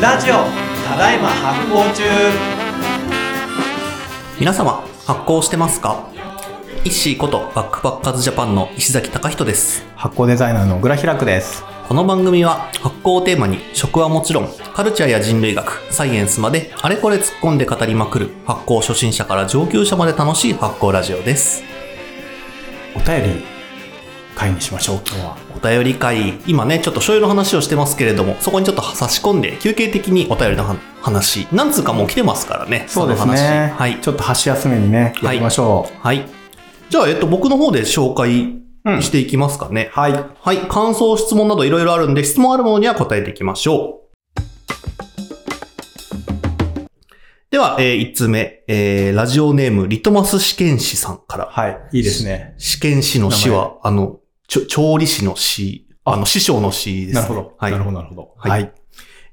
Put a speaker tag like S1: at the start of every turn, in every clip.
S1: ラジオただいま発行中
S2: 皆様発行してますかイッシーことバックパッカーズジャパンの石崎隆人です
S3: 発行デザイナーの小倉ひらくです。
S2: この番組は発行をテーマに食はもちろんカルチャーや人類学サイエンスまであれこれ突っ込んで語りまくる発行初心者から上級者まで楽しい発行ラジオです
S3: お便り会にしましょう、今日は。
S2: お便り会今ねちょっと醤油の話をしてますけれどもそこにちょっと差し込んで休憩的にお便りの話話なんつうかもう来てますからね
S3: そうです
S2: の
S3: ね
S2: 話。はい
S3: ちょっと箸休めにね、
S2: は
S3: や
S2: い
S3: りましょ
S2: はいじゃあえっと僕の方で紹介
S3: う。うん
S2: していきますかね、
S3: はい。
S2: はい。感想、質問などいろいろあるんで、質問あるものには答えていきましょう。では、え1つ目、えーラジオネーム、リトマス試験士さんから。
S3: はい。いいですね。
S2: 試験士の士は、あの、ちょ調理師の士、あの、師匠の士です、ね。
S3: なるほど。
S2: はい
S3: なる。ほど、なるほど。
S2: はい。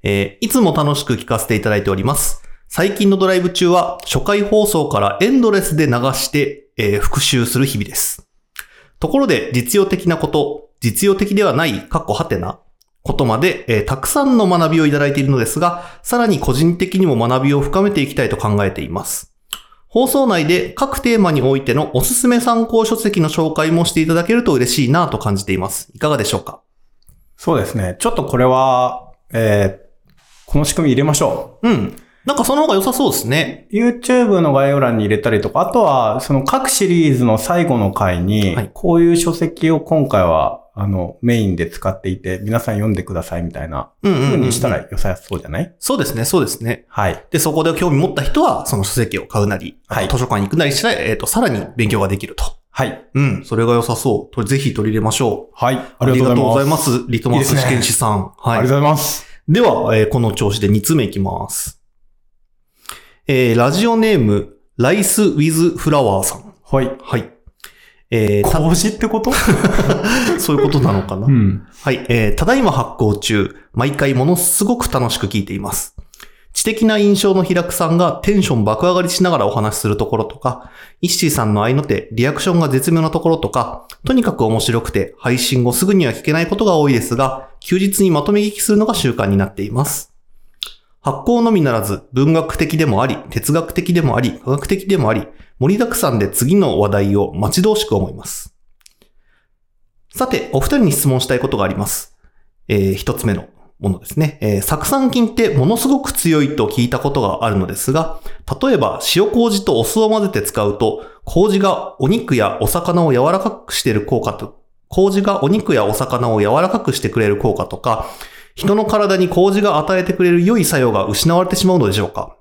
S2: えーいつも楽しく聞かせていただいております。最近のドライブ中は、初回放送からエンドレスで流して、えー復習する日々です。ところで、実用的なこと、実用的ではない、かっこはてな、ことまで、えーたくさんの学びをいただいているのですが、さらに個人的にも学びを深めていきたいと考えています。放送内で各テーマにおいてのおすすめ参考書籍の紹介もしていただけると嬉しいなと感じています。いかがでしょうか
S3: そうですね。ちょっとこれは、えーこの仕組み入れましょ
S2: うん。なんかその方が良さそうですね。
S3: う。YouTube の概要欄に入れたりとか、あとは、その各シリーズの最後の回に
S2: はい、
S3: こういう書籍を今回は、あの、メインで使っていて、皆さん読んでくださいみたいな
S2: うんうんうん
S3: 風
S2: うん
S3: にしたら良さそうじゃない
S2: そうですね、そうですね。
S3: はい。
S2: で、そこで興味持った人は、その書籍を買うなり、
S3: はい
S2: 図書館に行くなりして、えっ、と、さらに勉強ができると。
S3: はい。
S2: うん、それが良さそう。とぜひ取り入れましょう。
S3: はい。あ
S2: あ
S3: り
S2: り
S3: が
S2: が
S3: と
S2: と
S3: う
S2: う
S3: ご
S2: ご
S3: ざ
S2: ざ
S3: い
S2: い
S3: ま。
S2: ますす。リトマス試験士さん。はい。
S3: ありがとうございます。
S2: では、えーこの調子で2つ目いきます。えー、ラジオネーム、ライス・ウィズ・フラワーさん。
S3: はい。
S2: はい。えー、
S3: 麹ってこと
S2: そういうことなのかな、
S3: ん。
S2: はい、えーただいま発行中、毎回ものすごく楽しく聞いています。知的な印象の平久さんがテンション爆上がりしながらお話しするところとか、イッシーさんの合いの手、リアクションが絶妙なところとか、とにかく面白くて、配信後すぐには聞けないことが多いですが、休日にまとめ聞きするのが習慣になっています。発行のみならず、文学的でもあり、哲学的でもあり、科学的でもあり、盛りだくさんで次の話題を待ち遠しく思います。さて、お二人に質問したいことがあります。えー一つ目のものですね。えー酢酸菌ってものすごく強いと聞いたことがあるのですが、例えば塩麹とお酢を混ぜて使うと、麹がお肉やお魚を柔らかくしている効果と、麹がお肉やお魚を柔らかくしてくれる効果とか、人の体に麹が与えてくれる良い作用が失われてしまうのでしょうか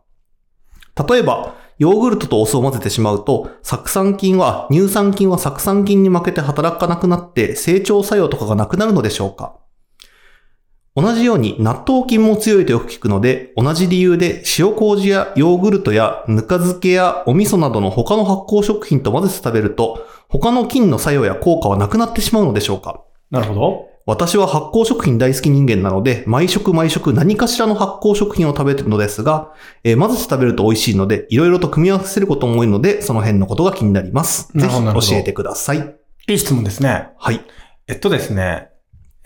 S2: 例えば、ヨーグルトとお酢を混ぜてしまうと、酢酸菌は、乳酸菌は酢酸菌に負けて働かなくなって、成長作用とかがなくなるのでしょうか同じように、納豆菌も強いとよく聞くので、同じ理由で、塩麹やヨーグルトやぬか漬けやお味噌などの他の発酵食品と混ぜて食べると、他の菌の作用や効果はなくなってしまうのでしょうか
S3: なるほど。
S2: 私は発酵食品大好き人間なので、毎食毎食何かしらの発酵食品を食べてるのですが、えー混ぜて食べると美味しいので、いろいろと組み合わせることも多いので、その辺のことが気になります。
S3: な
S2: ぜ
S3: るほどなるほど
S2: ひ教えてください。
S3: いい質問ですね。
S2: はい。
S3: えっとですね。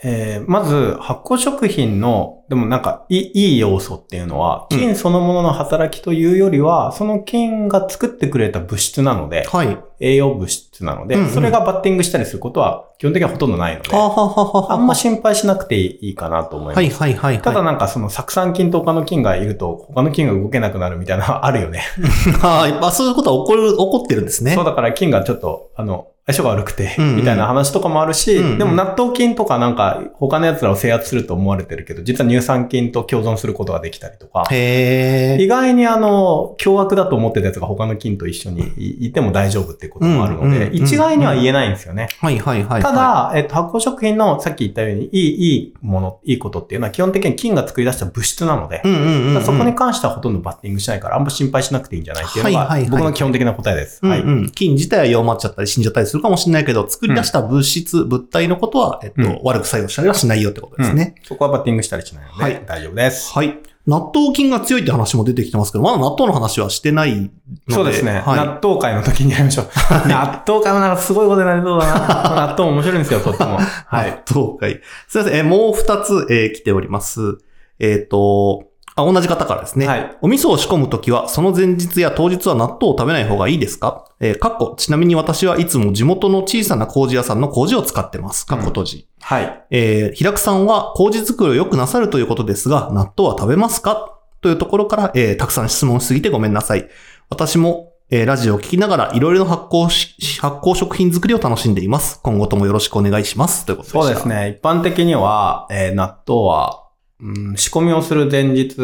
S3: えーまず、発酵食品の、でもなんかいい、いい要素っていうのは、
S2: うん
S3: 菌そのものの働きというよりは、その菌が作ってくれた物質なので、
S2: はい。
S3: 栄養物質なので、
S2: うんうん
S3: それがバッティングしたりすることは、基本的にはほとんどないので、
S2: はあ、はあはあは
S3: あんま心配しなくていいかなと思います。
S2: はいはいはいはい。
S3: ただ、なんかその、酢酸菌と他の菌がいると、他の菌が動けなくなるみたいな のはあるよね。
S2: はい。まあ、そういうことは起こる、起こってるんですね。
S3: そうだから菌がちょっと、あの、相性が悪くて、
S2: うんうん
S3: みたいな話とかもあるし、
S2: うんうん
S3: でも納豆菌とかなんか他の奴らを制圧すると思われてるけど、実は乳酸菌と共存することができたりとか、
S2: へ
S3: 意
S2: え。
S3: 外にあの、凶悪だと思ってたやつが他の菌と一緒にいいても大丈夫っていうこともあるの
S2: うんうんう
S3: で、
S2: んうん
S3: 一概には言えないんですよね。
S2: はいはいはいはい。
S3: ただ、、えっと、発酵食品のさっき言ったように、いい、いいもの、いいことっていうのは基本的に菌が作り出した物質なので、
S2: うんうんうん、うん。
S3: そこに関してはほとんどバッティングしないから、あんま心配しなくていいんじゃないっていうの
S2: はいはい
S3: が
S2: はい
S3: 僕の基本的な答えです。
S2: うん
S3: はい。
S2: うん、菌自体は弱まっちゃったり死んじゃったりするかもしれないけど、作り出した物質、物体のことは、えっと、
S3: うん
S2: 悪く作用したりはしないよってことですね。
S3: そこはバッティングしたりしないので、
S2: はい
S3: 大丈夫です。
S2: はい。納豆菌が強いって話も出てきてますけど、まだ納豆の話はしてないので。
S3: そうですね、
S2: は
S3: 納豆会の時にやりま しょう。納豆会はなんかすごいことになりそうだな。納豆面白いんですよ、とって も。
S2: い。
S3: はい。
S2: 納豆がいいすいません。えーもう二つ、えー来ております。えっ、と、あ、同じ方からですね。
S3: はい。
S2: お味噌を仕込むときは、その前日や当日は納豆を食べない方がいいですかえー、かっこ、ちなみに私はいつも地元の小さな麹屋さんの麹を使ってます。かっこ閉じ。
S3: はい。
S2: えー、平久さんは麹作りをよくなさるということですが、納豆は食べますかというところから、えー、たくさん質問しすぎてごめんなさい。私も、えー、ラジオを聞きながら、いろいろな発酵し、発酵食品作りを楽しんでいます。今後ともよろしくお願いします。ということでした。
S3: そうです。ね。一般的には、えー納豆は、うん、仕込みをする前日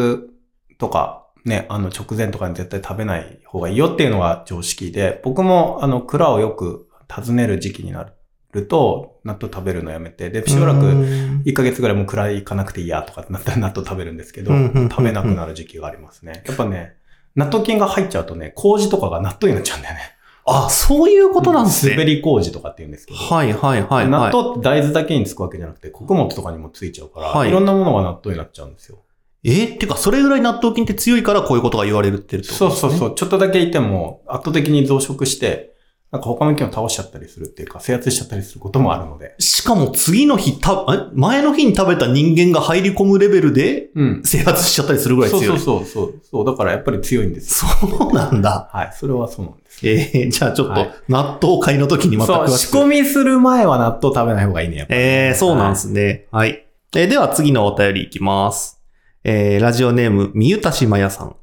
S3: とか、ね、あの、直前とかに絶対食べない方がいいよっていうのが常識で、僕も、あの、蔵をよく訪ねる時期になると、納豆食べるのやめて、で、しばらく、1ヶ月ぐらいもう蔵行かなくていいやとかってなったら納豆食べるんですけど、
S2: うんうんうんうん
S3: 食べなくなる時期がありますね。やっぱね、納豆菌が入っちゃうとね、麹とかが納豆になっちゃうんだよね。
S2: あ、そういうことなんですね。
S3: 滑り麹とかって言うんですけど。
S2: はいはいはい、はい。
S3: 納豆って大豆だけにつくわけじゃなくて、穀物とかにもついちゃうから、
S2: はい
S3: い、ろんなものが納豆になっちゃうんですよ。
S2: えーってか、それぐらい納豆菌って強いからこういうことが言われるってるってこと
S3: そう
S2: ですね。
S3: そう
S2: う。
S3: そう。ちょっとだけいても、圧倒的に増殖して、なんか他の菌を倒しちゃったりするっていうか、制圧しちゃったりすることもあるので。
S2: しかも次の日、た、え前の日に食べた人間が入り込むレベルで
S3: うん。
S2: 制圧しちゃったりするぐらい
S3: そう
S2: 強
S3: そ
S2: い。
S3: うそうそう。そう、だからやっぱり強いんですよ。
S2: そうなんだ。
S3: はい。それはそうなんです。
S2: えー、じゃあちょっ
S3: は
S2: と
S3: い、
S2: 納豆会の時にまた
S3: そ
S2: 詳
S3: う、
S2: し
S3: 仕
S2: く。
S3: 込みする前は納豆食べない方がいいね。やっぱり
S2: えー、そうなんですね。はい、えーでは次のお便りいきます。えー、ラジオネーム、みゆたしまやさん。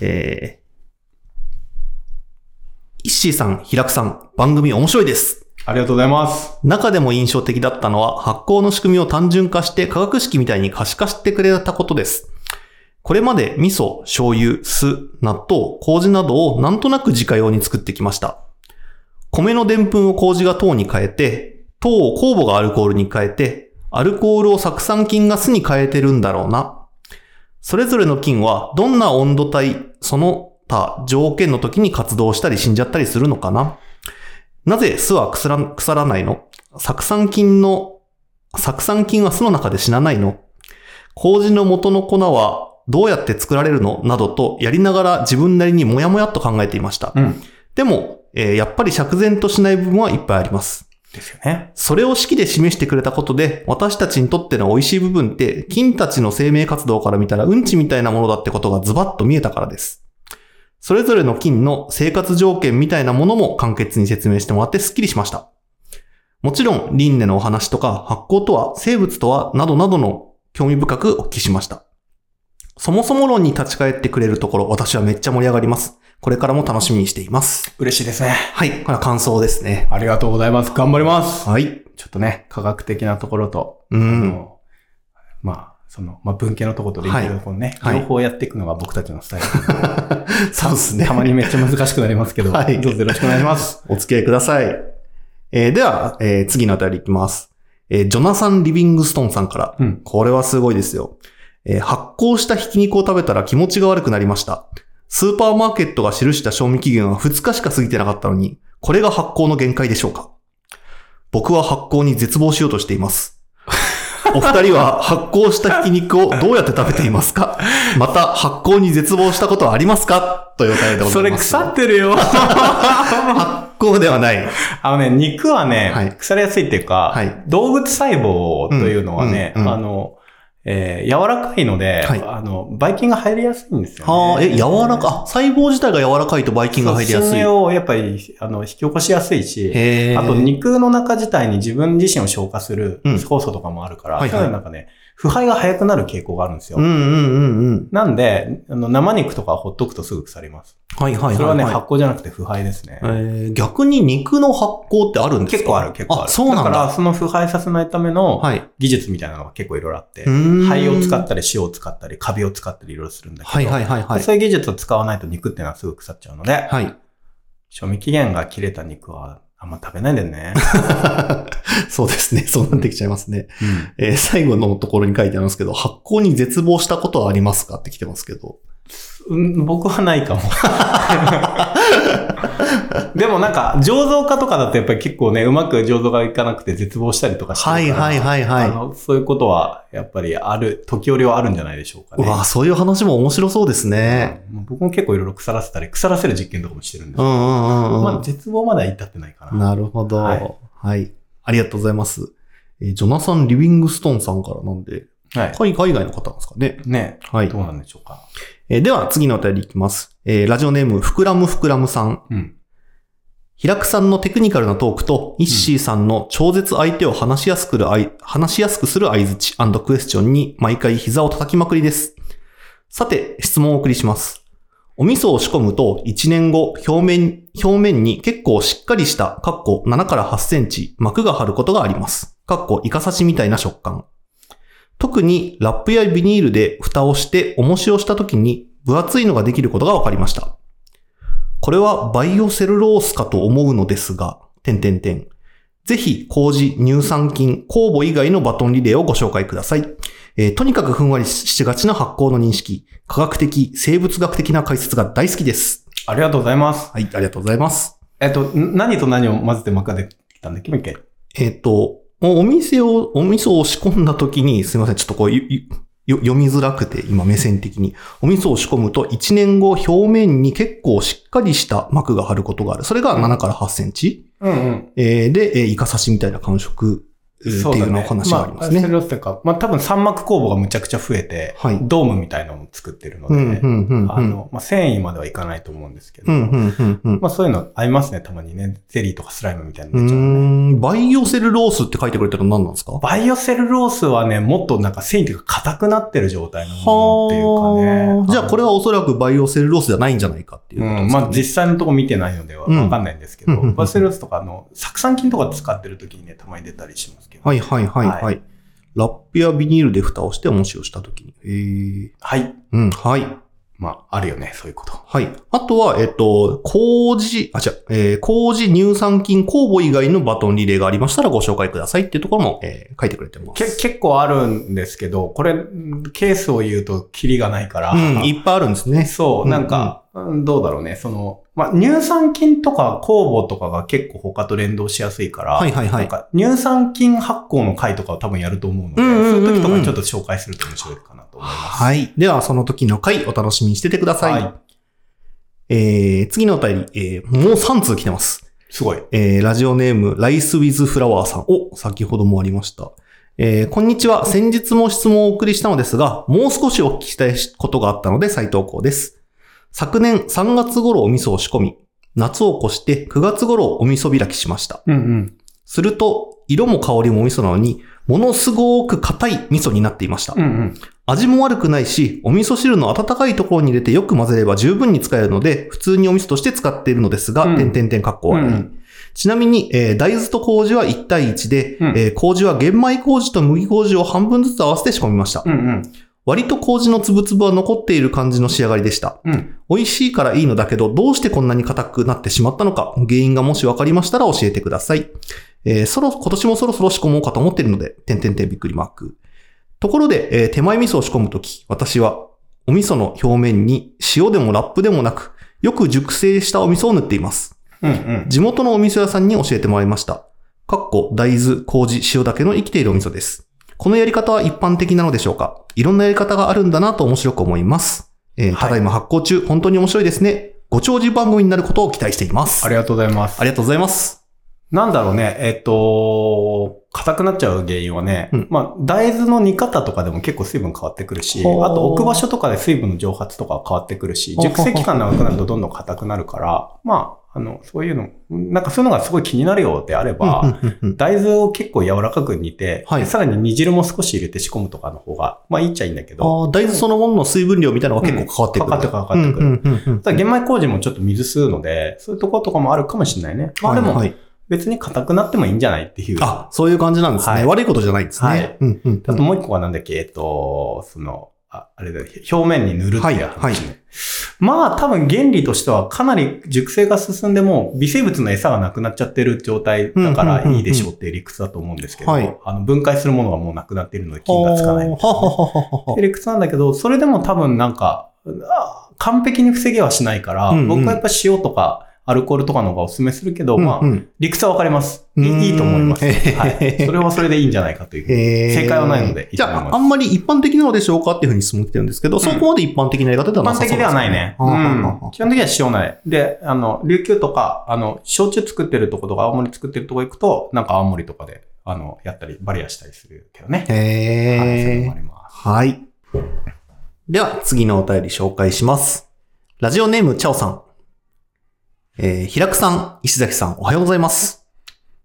S2: えー、いっしーさん、ひらくさん、番組面白いです。
S3: ありがとうございます。
S2: 中でも印象的だったのは発酵の仕組みを単純化して化学式みたいに可視化してくれたことです。これまで味噌、醤油、酢、納豆、麹などをなんとなく自家用に作ってきました。米のでんぷんを麹が糖に変えて、糖を酵母がアルコールに変えて、アルコールを酢酸菌が酢に変えてるんだろうな。それぞれの菌はどんな温度帯、その他条件の時に活動したり死んじゃったりするのかななぜ酢は腐ら腐らないの酢酸菌の、酢酸菌は酢の中で死なないの麹の元の粉はどうやって作られるのなどとやりながら自分なりにもやもやっと考えていました。
S3: うん。
S2: でも、えーやっぱり釈然としない部分はいっぱいあります。
S3: ですよね。
S2: それを式で示してくれたことで、私たちにとっての美味しい部分って、菌たちの生命活動から見たらうんちみたいなものだってことがズバッと見えたからです。それぞれの菌の生活条件みたいなものも簡潔に説明してもらってスッキリしました。もちろん、輪廻のお話とか、発酵とは、生物とは、などなどの興味深くお聞きしました。そもそも論に立ち返ってくれるところ、私はめっちゃ盛り上がります。これからも楽しみにしています。
S3: 嬉しいですね。
S2: はい、これは感想ですね。
S3: ありがとうございます。頑張ります。
S2: はい。
S3: ちょっとね、科学的なところと、
S2: う
S3: あ
S2: ん。
S3: のまあ、その、まあ、文系のところと理系のところね、
S2: はい
S3: 両方やっていくのが僕たちのスタイル。
S2: そうですね。
S3: たまにめっちゃ難しくなりますけど、
S2: はい
S3: どうぞよろしくお願いします。
S2: お付き合いください。えーでは、えー次のあたりいきます。えージョナサン・リビングストンさんから。
S3: うん
S2: これはすごいですよ。えー発酵したひき肉を食べたら気持ちが悪くなりました。スーパーマーケットが記した賞味期限は2日しか過ぎてなかったのに、これが発酵の限界でしょうか僕は発酵に絶望しようとして います。お二人は発酵したひき肉をどうやって食べていますかまた発酵に絶望したことはありますかというお便りでございます。
S3: ってるよ。
S2: 発酵ではない。
S3: あのね、肉はね、
S2: はい
S3: 腐りやすいっていうか、
S2: はい
S3: 動物細胞というのはね、
S2: うんうんうん
S3: あの、えー柔らかいので、
S2: はい
S3: あの、ばい菌が入りやすいんですよ、ね。
S2: はあ、え、柔らか、あ細胞自体が柔らかいとばい菌が入りや
S3: そう
S2: す
S3: 新
S2: い。
S3: 芽
S2: へ
S3: をやっぱり、あの、引き起こしやすいし、
S2: え。
S3: あと肉の中自体に自分自身を消化する
S2: うん
S3: 酵素とかもあるから、
S2: はいはい
S3: そういうのなんかね、腐敗が早くなる傾向があるんですよ。
S2: うんうんうんうん。
S3: なんで、あの生肉とかはほっとくとすぐ腐ります。
S2: はいはいはい、はい。
S3: それはね、発酵じゃなくて腐敗ですね。
S2: えー逆に肉の発酵ってあるんですか
S3: 結構ある、結構ある。
S2: そうなん
S3: か
S2: だ。
S3: ら、その腐敗させないための
S2: はい。
S3: 技術みたいなのが結構いろいろあって、
S2: 肺
S3: 灰を使ったり塩を使ったり、カビを使ったりいろいろするんだけど、
S2: はいはいはいはい。
S3: そういう技術を使わないと肉ってのはすぐ腐っちゃうので、
S2: はい。
S3: 賞味期限が切れた肉はあんま食べないで ね。
S2: そうですね。そうなってきちゃいますね。えー最後のところに書いてありますけど、発酵に絶望したことはありますかって来てますけど。
S3: うん、僕はないかも。 でもなんか、醸造家とかだとやっぱり結構ね、うまく醸造がいかなくて絶望したりとかして
S2: はい
S3: るから
S2: はいはい
S3: あ
S2: は
S3: の、そういうことは、やっぱりある、時折はあるんじゃないでしょうか
S2: い。
S3: ね。
S2: うわそういう話も面白そうですね。
S3: うん僕も結構いろいろ腐らせたり、腐らせる実験とかもしてるんです
S2: うんうんうんうん。
S3: まあ、絶望までは至ってないかな。
S2: なるほど、は
S3: はいい。
S2: ありがとうございます。えージョナサン・リビングストンさんからなんで、
S3: はい。
S2: 海海外の方なんですかね。
S3: ね、
S2: はい
S3: ど。うなんでしょうか。
S2: えーでは、次のお便りいきます。えーラジオネーム、ふくらむふくらむさん。
S3: うん。
S2: 平久さんのテクニカルなトークと、イッシーさんの超絶相手を話しやすくるあい、話しやすくする相槌クエスチョンに毎回膝を叩きまくりです。さて、質問をお送りします。お味噌を仕込むと1年後、表面、表面に結構しっかりした、かっこ7から8センチ膜が張ることがあります。かっこイカ刺しみたいな食感。特にラップやビニールで蓋をして重しをした時に分厚いのができることが分かりました。これはバイオセルロースかと思うのですが、点点点。ぜひ、麹、乳酸菌、酵母以外のバトンリレーをご紹介ください。えーとにかくふんわりしがちな発酵の認識、科学的、生物学的な解説が大好きです。
S3: ありがとうございます。
S2: はい、ありがとうございます。
S3: えっと、ん何と何を混ぜて膜ができたんだっけもう一回
S2: えっ、と、おお店を、お味噌を仕込んだ時に、すいません、ちょっとこう、ゆゆよ読みづらくて、今目線的に。お味噌を仕込むと、1年後表面に結構しっかりした膜が張ることがある。それが7から8センチ。
S3: うんうん。
S2: えーで、えーイカ刺しみたいな感触えーっていうようなお話があります
S3: まあ、セ
S2: ね。
S3: ルロースというか、まあ多分三膜工房がむちゃくちゃ増えて、
S2: はい
S3: ドームみたいなのを作ってるの
S2: う
S3: で、
S2: ん、うん、うん。
S3: あの、まあ、繊維まではいかないと思うんですけど、
S2: うん、うん、うんうん。
S3: まあそういうの合いますね、たまにね。ゼリーとかスライムみたいなの
S2: う
S3: 出ちゃうね
S2: ーん、バイオセルロースって書いてくれたの何なんですかは
S3: バイオセルロースはね、もっとなんか繊維というか硬くなってる状態のものっていうかね。
S2: ーじゃあこれ
S3: は、
S2: はおそらくバイオセルロースじゃないんじゃないかっていう
S3: う
S2: ことで
S3: ん、
S2: すかね、
S3: まあ実際のとこ見てないのでは
S2: うん
S3: わかんないんですけど、
S2: うんうんうん
S3: バイオセルロースとかあの、酢酸菌とか使ってる時にね、たまに出たりしますけど。
S2: はい、はい、はい、はい、
S3: は
S2: ラップやビニールで蓋をしておもしをしたときに。えー、
S3: はい。
S2: うん、はい。
S3: まあ、あるよね、そういうこと。
S2: はい。あとは、えっと、麹、あ、じゃえー麹、乳酸菌、酵母以外のバトンリレーがありましたらご紹介くださいっていうところも、えー書いてくれてます。
S3: け結構あるんですけど、これ、ケースを言うとキリがないから、
S2: うん、いっぱいあるんですね。
S3: そう、なんか、うんどうだろうね、その、まあ、乳酸菌とか酵母とかが結構他と連動しやすいから、
S2: はいはいは
S3: ないん。か乳酸菌発酵の回とかを多分やると思うので、
S2: うんうんうんうん
S3: そういう時とかちょっと紹介すると面白いかなと思います。
S2: はい。では、その時の回、お楽しみにしててください。
S3: はい
S2: えー、次のお便り、えー、もう3通来てます。
S3: すごい。
S2: えー、ラジオネーム、ライスウィズフラワーさん。お、先ほどもありました。えー、こんにちは。先日も質問をお送りしたのですが、もう少しお聞きしたいことがあったので再投稿です。昨年3月頃お味噌を仕込み、夏を越して9月頃お味噌開きしました。
S3: うんうん。
S2: すると、色も香りもお味噌なのに、ものすごく硬い味噌になっていました
S3: うん。うん。
S2: 味も悪くないし、お味噌汁の温かいところに入れてよく混ぜれば十分に使えるので、普通にお味噌として使っているのですが、
S3: うん
S2: 点々点かっこ悪い。
S3: うん
S2: ちなみに、えー大豆と麹は1対1で、
S3: うん
S2: えー麹は玄米麹と麦麹を半分ずつ合わせて仕込みました。
S3: うんうん。
S2: 割と麹の粒々は残っている感じの仕上がりでした。
S3: うん。
S2: 美味しいからいいのだけど、どうしてこんなに硬くなってしまったのか、原因がもし分かりましたら教えてください。えーそろ、今年もそろそろ仕込もうかと思っているので、点点点びっくりマーク。ところで、えー手前味噌を仕込むとき、私は、お味噌の表面に塩でもラップでもなく、よく熟成したお味噌を塗っています。
S3: うんうん。
S2: 地元のお味噌屋さんに教えてもらいました。かっこ大豆、麹、塩だけの生きているお味噌です。このやり方は一般的なのでしょうかいろんなやり方があるんだなと面白く思います。えー
S3: はい
S2: ただいま発行中、本当に面白いですね。ご長寿番組になることを期待しています。
S3: ありがとうございます。
S2: ありがとうございます。
S3: なんだろうね、えっ、と、硬くなっちゃう原因はね、
S2: うん
S3: まあ、大豆の煮方とかでも結構水分変わってくるし、あ
S2: ほう
S3: と置く場所とかで水分の蒸発とか変わってくるし、
S2: ほうほうほ
S3: 熟
S2: う
S3: 成期間長くなるとどんどん硬くなるから、まあ、あの、そういうの、なんかそういうのがすごい気になるようであれば、
S2: うんうんうんうん
S3: 大豆を結構柔らかく煮て、
S2: はい
S3: でさらに煮汁も少し入れて仕込むとかの方が、まあいいっちゃいいんだけ
S2: あ
S3: ど、
S2: ー大豆そのものの水分量みたいなのが結構変わってくる。
S3: うん変わってくる変わってくる
S2: うんうんうんうん
S3: ただ玄米麹もちょっと水吸うので、そういうところとかもあるかもしれないね。まあで
S2: は
S3: も
S2: いはい
S3: 別に硬くなってもいいんじゃないっていう。
S2: あ、そういう感じなんですね。
S3: はい
S2: 悪いことじゃないんですね。
S3: はい
S2: うんうんうん
S3: あともう一個はなんだっけ、えっと、その、ああれだね、表面に塗るってやつ、ね
S2: はいはい
S3: まあ多分原理としてはかなり熟成が進んでも微生物の餌がなくなっちゃってる状態だか
S2: うんうんうんう
S3: ら
S2: ん
S3: いいでしょうっていう理屈だと思うんですけど、
S2: はい
S3: あの分解するものがもうなくなっているので菌がつかないみたい
S2: は
S3: な
S2: は
S3: ね、
S2: ははは
S3: って理屈なんだけど、それでも多分なんか、あ完璧に防げはしないから、
S2: うんうん
S3: 僕はやっぱ塩とかアルコールとかの方がおすすめするけど、ま
S2: う
S3: あ
S2: んうん
S3: 理屈はわかります。
S2: う
S3: い
S2: ん
S3: いいいと思います。
S2: へ
S3: は
S2: へへ
S3: い。それはそれでいいんじゃないかというふうに
S2: 正
S3: 正解はないので
S2: じゃ
S3: いいと思いま
S2: あ、
S3: す
S2: あんまり一般的なのでしょうかっていうふうに質問来てるんですけど、そこまで一般的なやり方
S3: 一
S2: ではな
S3: 般
S2: さそう
S3: 的
S2: す
S3: ではないね。
S2: あ
S3: う
S2: は
S3: ん
S2: はは
S3: 基本的には塩ない。で、あの、琉球とか、あの、焼酎作ってるとことか、青森作ってるとこ行くと、なんか青森とかで、あの、やったり、バリアしたりするけどね。
S2: へ
S3: はいそういうの
S2: え
S3: もあ。ります
S2: はい。では、次のお便り紹介します。ラジオネーム、チャオさん。えー、平久さん、石崎さん、おはようございます。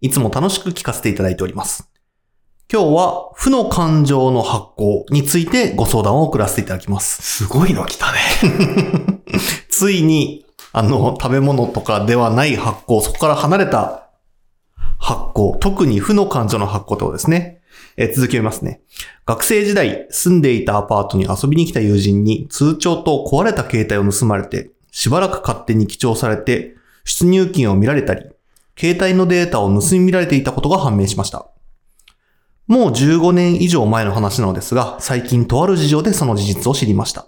S2: いつも楽しく聞かせていただいております。今日は、負の感情の発行についてご相談を送らせていただきます。
S3: すごいの来たね。
S2: ついに、あの、食べ物とかではない発酵、そこから離れた発酵、特に負の感情の発酵ってことですね。えー続き読みますね。学生時代、住んでいたアパートに遊びに来た友人に通帳と壊れた携帯を盗まれて、しばらく勝手に記帳されて、出入金を見られたり、携帯のデータを盗み見られていたことが判明しました。もう15年以上前の話なのですが、最近とある事情でその事実を知りました。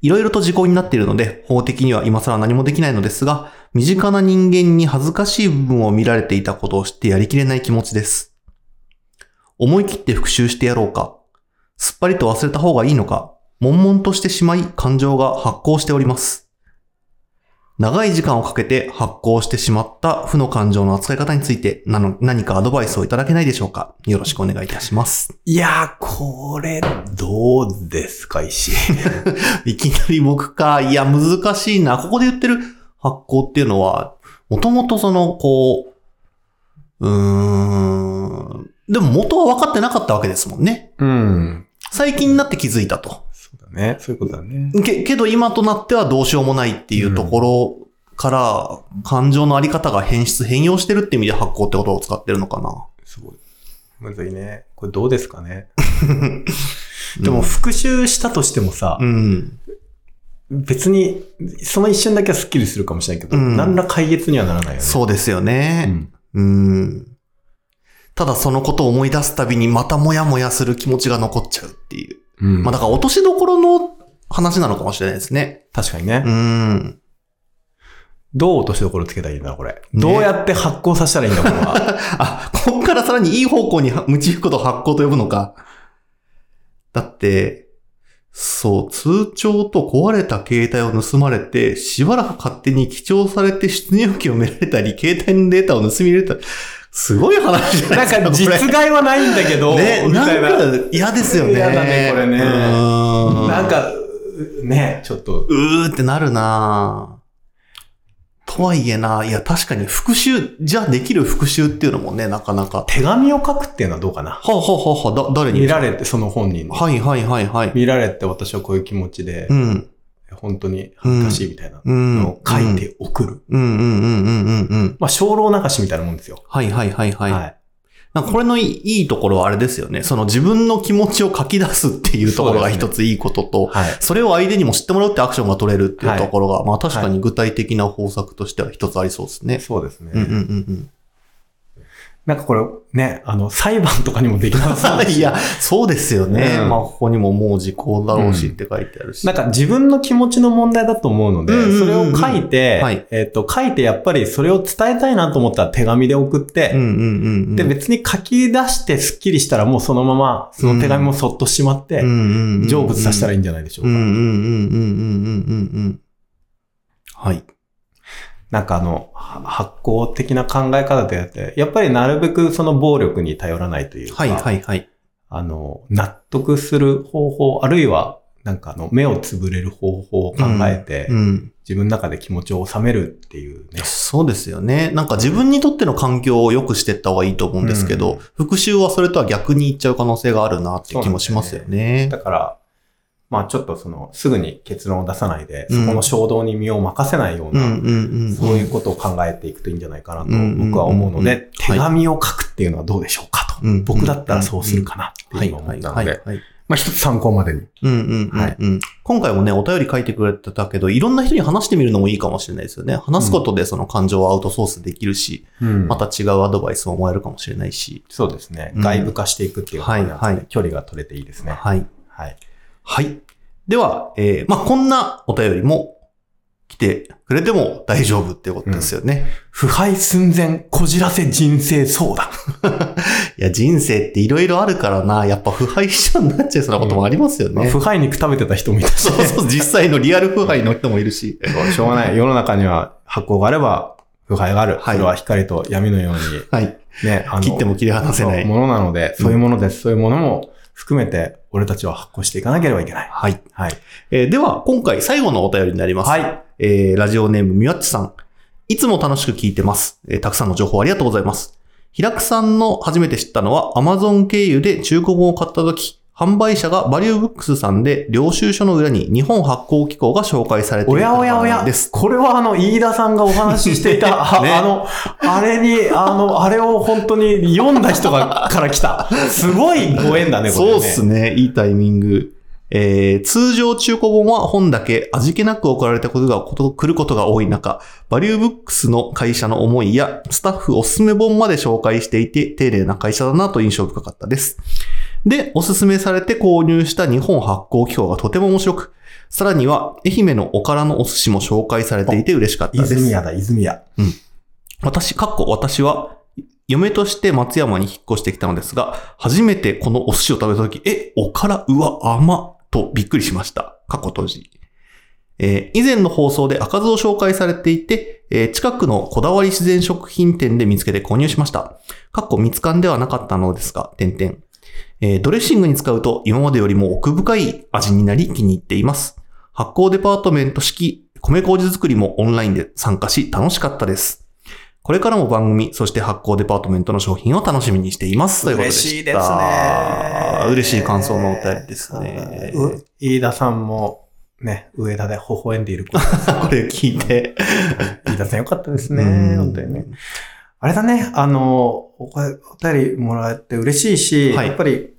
S2: いろいろと時効になっているので、法的には今更何もできないのですが、身近な人間に恥ずかしい部分を見られていたことを知ってやりきれない気持ちです。思い切って復讐してやろうか、すっぱりと忘れた方がいいのか、悶々としてしまい感情が発酵しております。長い時間をかけて発酵してしまった負の感情の扱い方について、なの何かアドバイスをいただけないでしょうかよろしくお願いいたします。
S3: いやー、これ、どうですか、石井。
S2: いきなり僕か。いや、難しいな。ここで言ってる発行っていうのは、もともとその、こう、うーん。でも元は分かってなかったわけですもんね。
S3: うん。
S2: 最近になって気づいたと。
S3: そうだね。そういうことだね。
S2: け、けど今となってはどうしようもないっていうところから、感情のあり方が変質、変容してるって意味で発行ってことを使ってるのかな。
S3: すごい。むずいね。これどうですかね。
S2: うん
S3: でも、、復習したとしてもさ
S2: う、ん。
S3: 別に、その一瞬だけはスッキリするかもしれないけど、
S2: うん
S3: 何ら解決にはならないよね。
S2: そうですよね。
S3: うん。
S2: うん。ただそのことを思い出すたびにまたもやもやする気持ちが残っちゃうっていう。
S3: うん。
S2: まあだから落としどころの話なのかもしれないですね。
S3: 確かにね。
S2: うん。
S3: どう落としどころつけたらいいんだ、これ。
S2: ね
S3: どうやって発酵させたらいいんだ、これ は。
S2: あ、こっからさらにいい方向に導くことを発行と呼ぶのか。だって、そう、通帳と壊れた携帯を盗まれて、しばらく勝手に記帳されて出入金を見られたり、携帯のデータを盗み入れたり、すごい話じゃな
S3: な
S2: いで
S3: ん
S2: すか。
S3: か、
S2: これ
S3: 実害はないんだけど、
S2: ね、
S3: み
S2: な
S3: たいな。
S2: んか嫌ですよね。
S3: 嫌だねこれね
S2: うーん
S3: なん、か、うね、ちょっと、
S2: うーってなるなとはいえな、いや確かに復讐、じゃあできる復讐っていうのもね、なかなか。
S3: 手紙を書くっていうのはどうかな。
S2: はあ、はあはあはあ、だ、誰に
S3: 見られて、その本人に。
S2: はいはいはいはい。
S3: 見られて私はこういう気持ちで
S2: う、ん。
S3: 本当に恥ずかしいみたいな
S2: うん。
S3: のを書い。て送る。
S2: うんうんうんうんうんうん。
S3: まあ、精霊流しみたいなもんですよ。
S2: はいはいはいはい。
S3: はい。
S2: なんかこれのいいいいところはあれですよね。その自分の気持ちを書き出すっていうところが一ついいことと、
S3: はい。
S2: それを相手にも知ってもらうってアクションが取れるっていう
S3: はい
S2: ところが、まあ確かに具体的な方策としては一つありそうですね。
S3: そうですね。
S2: うんうんうん
S3: なんかこれ、ね、あの、裁判とかにもできなさそうだ
S2: うん。
S3: し
S2: いや、そうですよね。
S3: うん
S2: まあここにももう時効だろうし
S3: うん
S2: って書いてあるし。
S3: なんか自分の気持ちの問題だと思うので、
S2: うんうんうんうん
S3: それを書いて、
S2: はい
S3: えっ、と、書いてやっぱりそれを伝えたいなと思ったら手紙で送って、
S2: うんうんうんうん。
S3: で、別に書き出してスッキリしたらもうそのまま、その手紙もそっとしまって、成仏させたらい
S2: い
S3: いんじゃないでしょう
S2: う
S3: か。
S2: んうんうんうんうんうんうんうん。はい。
S3: なんかあの、は発行的な考え方でやって、やっぱりなるべくその暴力に頼らないというか、
S2: はいはいはい。
S3: あの、納得する方法、あるいは、なんかあの、目をつぶれる方法を考えて、
S2: うん。
S3: 自分の中で気持ちを収めるっていうね。
S2: そうですよね。なんか自分にとっての環境を良くしていった方がいいと思うんですけど、
S3: うん
S2: 復讐はそれとは逆にいっちゃう可能性があるなっていう気もしますよね。
S3: だから、まあちょっとその、すぐに結論を出さないで、そ
S2: うん
S3: この衝動に身を任せないよう
S2: う
S3: な、
S2: んうんうん。
S3: そういうことを考えていくといいんじゃないかなと
S2: うん
S3: 僕は思うの
S2: うんうんう
S3: で、手紙を書くっていうのはどうでしょうかと。
S2: うん
S3: 僕だったらそうするかなっていうのを思ったので、
S2: はい。
S3: まあ一つ参考までに。
S2: うんうんうん、
S3: はい
S2: うん。今回もね、お便り書いてくれてたけど、いろんな人に話してみるのもいいかもしれないですよね。話すことでその感情をアウトソースできるし、ま
S3: また
S2: た違うアドバイスももらえるかもしれないし。
S3: そうですね、
S2: うん
S3: 外部化していくっていうことになって
S2: はいはい
S3: 距離が取れていいですね。
S2: はい。
S3: はい。
S2: はい。では、えー、まあ、こんなお便りも来てくれても大丈夫っていうことですよね。
S3: 腐敗寸前、こじらせ人生相談。
S2: いや、人生っていろいろあるからな、やっぱ腐敗者になっちゃいそうなこともありますよね。
S3: まあ腐敗肉食べてた人もいたし、
S2: そうそう、実際のリアル腐敗の人もいるし。
S3: しょうがない。世の中には発酵があれば腐敗がある。
S2: はい
S3: それは光と闇のように、
S2: はい。
S3: ね、あの
S2: 切っても切り離せない
S3: そうものなので、そういうものです。そういうものも含めて、俺たちは発行していかなければいけない。
S2: はい。
S3: はい。
S2: えーでは、今回最後のお便りになります。
S3: はい。
S2: えーラジオネームみわっちさん。いつも楽しく聞いてます。えーたくさんの情報ありがとうございます。平久さんの初めて知ったのは Amazon 経由で中古本を買った時、販売者がバリューブックスさんで領収書の裏に日本発行機構が紹介されてい
S3: お
S2: た
S3: やおやお
S2: から
S3: や
S2: で、す。
S3: これはあの、飯田さんがお話ししていた、あ
S2: ね
S3: あの、あれに、あの、あれを本当に読んだ人が、から来た。すごいご縁だね、これ、ね。
S2: そうっすね。いいタイミング。えー通常中古本は本だけ味気なく送られたことが、こと、来ることが多い中、バリューブックスの会社の思いや、スタッフおすすめ本まで紹介していて、丁寧な会社だなと印象深かったです。で、おすすめされて購入した日本発行機構がとても面白く、さらには、愛媛のおからのお寿司も紹介されていて嬉しかったです。
S3: 泉屋だ、泉屋。
S2: 私、かっこ私は、嫁として松山に引っ越してきたのですが、初めてこのお寿司を食べたとき、え、おから、うわ、甘っとびっくりしました。かっこ閉じ。えー以前の放送で赤酢を紹介されていて、えー近くのこだわり自然食品店で見つけて購入しました。かっこ蜜缶ではなかったのですが、点々。えードレッシングに使うと今までよりも奥深い味になり気に入っています。発酵デパートメント式米麹作りもオンラインで参加し楽しかったです。これからも番組、そして発酵デパートメントの商品を楽しみにしています。ということでした。
S3: 嬉しいですね
S2: 嬉しい感想のお便りですね。
S3: う飯田さんも、ね、上田で微笑んでいることです
S2: これ聞いて。
S3: 飯田さんよかったですね
S2: う。ん
S3: 本当にね。あれだね、あの、お声お便りもらえて嬉しいし、
S2: はい
S3: やっぱり、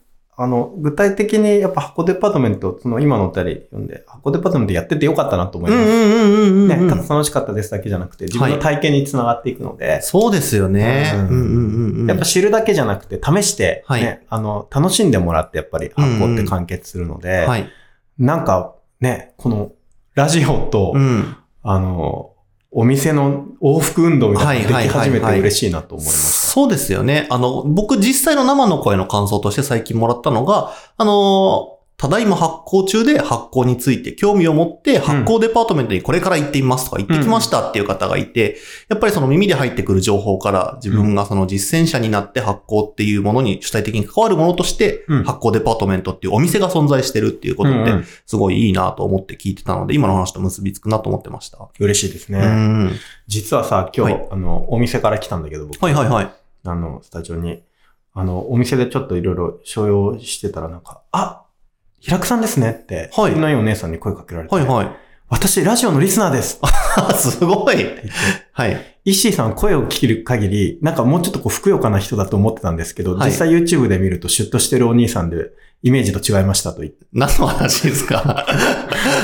S3: あの、具体的にやっぱ箱デパートメント、その今のお便り読んで、箱デパートメントやっててよかったなと思います。
S2: んうんう
S3: ね、ただ楽しかったですだけじゃなくて、自分の体験につながっていくので、
S2: そうですよね。
S3: うん
S2: うんうんうん
S3: やっぱ知るだけじゃなくて、試して、ね
S2: はい
S3: あの、楽しんでもらって、やっぱり発行って完結するので、
S2: はい。
S3: なんかね、このラジオと、
S2: うん。
S3: あの、お店の往復運動みたいなのが
S2: はい
S3: でき
S2: はいは
S3: 始
S2: いはい
S3: めて嬉しいなと思います。
S2: そうですよね。あの、僕実際の生の声の感想として最近もらったのが、あのー、ただいま発行中で発行について興味を持って発行デパートメントにこれから行ってみますとか行ってきましたっていう方がいて、やっぱりその耳で入ってくる情報から自分がその実践者になって発行っていうものに主体的に関わるものとして
S3: うん
S2: 発行デパートメントっていうお店が存在してるっていうことっ
S3: うんう
S2: て
S3: ん
S2: すごいいいなと思って聞いてたので、今の話と結びつくなと思ってました。
S3: 嬉しいですね。
S2: うん。
S3: 実はさ、今日、
S2: はい
S3: あの、お店から来たんだけど、僕、
S2: はいはいはい。
S3: あの、スタジオに、あの、お店でちょっといろいろ所用してたらなんか、あ平久さんですねって、
S2: はい
S3: いないお姉さんに声かけられて、
S2: はいはい。
S3: 私、ラジオのリスナー です
S2: あ、すごい。 はい。
S3: イッシーさん声を聞る限り、なんかもうちょっとこう、ふくよかな人だと思ってたんですけど、
S2: は
S3: 実
S2: い
S3: 際 YouTube で見るとシュッとしてるお兄さんで、イメージと違いましたと言 って。
S2: 何の話ですか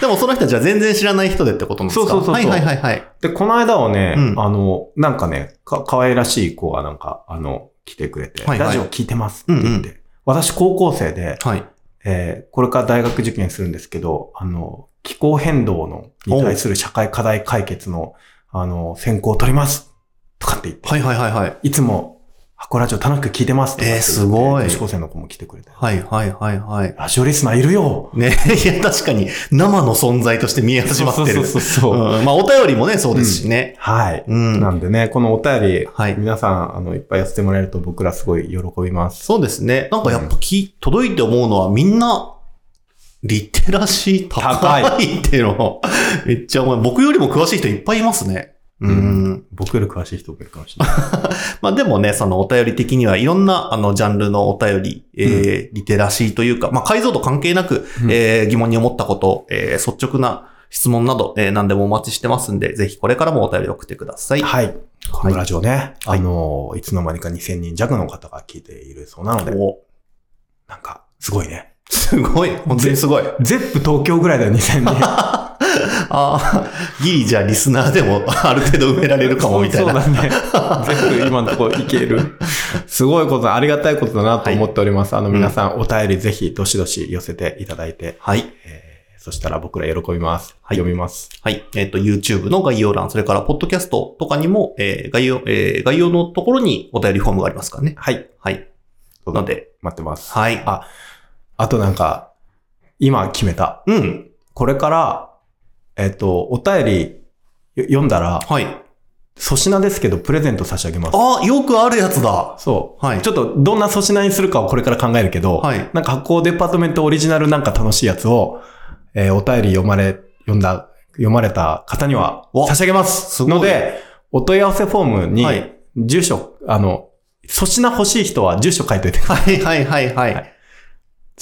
S2: でもその人たちは全然知らない人でってことなんですか
S3: そうそうそうそう
S2: はいはいはいはい。
S3: で、この間はね、
S2: うん
S3: あの、なんかね、か、可愛らしい子がなんか、あの、来てくれて、
S2: はいはい
S3: ラジオ聞いてますって言って、
S2: う
S3: 私高校生で、
S2: はい。
S3: えーこれから大学受験するんですけど、あの、気候変動の、に対する社会課題解決の、あの、選考を取りますとかって言って、
S2: はいはいはいはい。
S3: いつも、箱ラジオ楽しく聞いてますとかって言って
S2: えーすごい
S3: 女子高生の子も来てくれて、
S2: はいはいはいはい。
S3: ラジオリスナーいるよ
S2: ね、 いや確かに生の存在として見え始まってる。
S3: そうそうそうそう。
S2: うんまあお便りもね、そうですしね。
S3: はい。
S2: うん。
S3: なんでね、このお便り、
S2: はい
S3: 皆さん、あの、いっぱいやってもらえると僕らすごい喜びます。
S2: そうですね。なんかやっぱき、届いて思うのはみんな、リテラシー高いっていうのを、 めっちゃ思い、僕よりも詳しい人いっぱいいますね。うん
S3: 僕より詳しい人もいるかもし れない。
S2: まあでもね、そのお便り的にはいろんなあのジャンルのお便り、えーリテラシーというか、まあ解像度関係なく、
S3: うん
S2: えー疑問に思ったこと、えー率直な質問など、えー何でもお待ちしてますんで、ぜひこれからもお便り送ってください。
S3: はい。このラジオね、
S2: はい
S3: あの、いつの間にか2000人弱の方が聞いているそうなので、
S2: お
S3: なんか、すごいね。
S2: すごい。本当にすご い。
S3: ゼップ東京ぐらいだよ、2000人。
S2: ああ、ギリじゃあリスナーでもある程度埋められるかもみたいな。
S3: そうそうだね。全部今のところいける。 すごいこと、ありがたいことだなと思っております。あの、
S2: うん
S3: 皆さん、お便りぜひ、どしどし寄せていただいて、
S2: はい。
S3: えーそしたら僕ら喜びます。
S2: はい
S3: 読みます。
S2: はい。えっ、と、YouTube の概要欄、それから、ポッドキャストとかにも、えー概要、えー概要のところにお便りフォームがありますからね。
S3: はい。
S2: はい。なので、
S3: 待ってます。
S2: はい。
S3: ああとなんか、今決めた。
S2: うん。
S3: これから、えっ、と、お便りよ読んだら、
S2: はい。
S3: 粗品ですけど、プレゼント差し上げます。
S2: ああ、よくあるやつだ。
S3: そう。
S2: はい。
S3: ちょっと、どんな粗品にするかをこれから考えるけど、
S2: はい
S3: なんか発行デパートメントオリジナルなんか楽しいやつを、えーお便り読まれ、読んだ、読まれた方には
S2: お
S3: 差し上げますす。
S2: ごい
S3: ので、お問い合わせフォームに
S2: はい、
S3: 住所、あの、粗品欲しい人は住所書いといて。
S2: はいはいはいはい。
S3: はい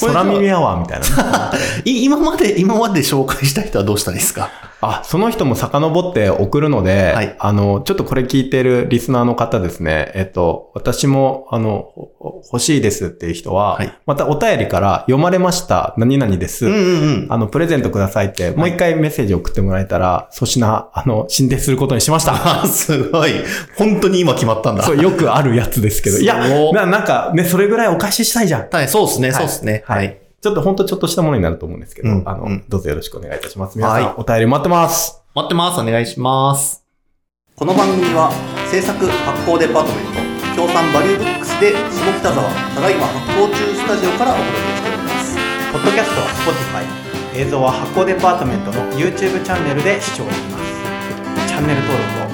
S2: これじゃあ
S3: 空耳アワーみたいなね。
S2: い今まで、今まで紹介した人はどうしたらいいですか
S3: あ、その人も遡って送るので、
S2: はい
S3: あの、ちょっとこれ聞いてるリスナーの方ですね、えっと、私も、あの、ほほ欲しいですっていう人は、
S2: はい
S3: またお便りから読まれました、何々です。
S2: うんうんうん。
S3: あの、プレゼントくださいって、もう一回メッセージ送ってもらえたら、粗品、あの、進呈することにしま した。
S2: あすごい。本当に今決まったんだ。
S3: そう、よくあるやつですけど。いや、
S2: すごい
S3: ななんかね、それぐらいお返ししたいじゃん。
S2: はい、そうですね、
S3: はい
S2: そうですね。はい。
S3: ちょっとほんとちょっとしたものになると思うんですけど、
S2: うん
S3: あの、
S2: うん
S3: どうぞよろしくお願いいたします。皆さん、
S2: はい
S3: お便り待ってます。
S2: 待ってます。お願いします。
S1: この番組は制作発行デパートメント協賛バリューブックスで下北沢ただいま発行中スタジオからお届けしておりますポッドキャストは Spotify 映像は発行デパートメントの YouTube チャンネルで視聴できますチャンネル登録を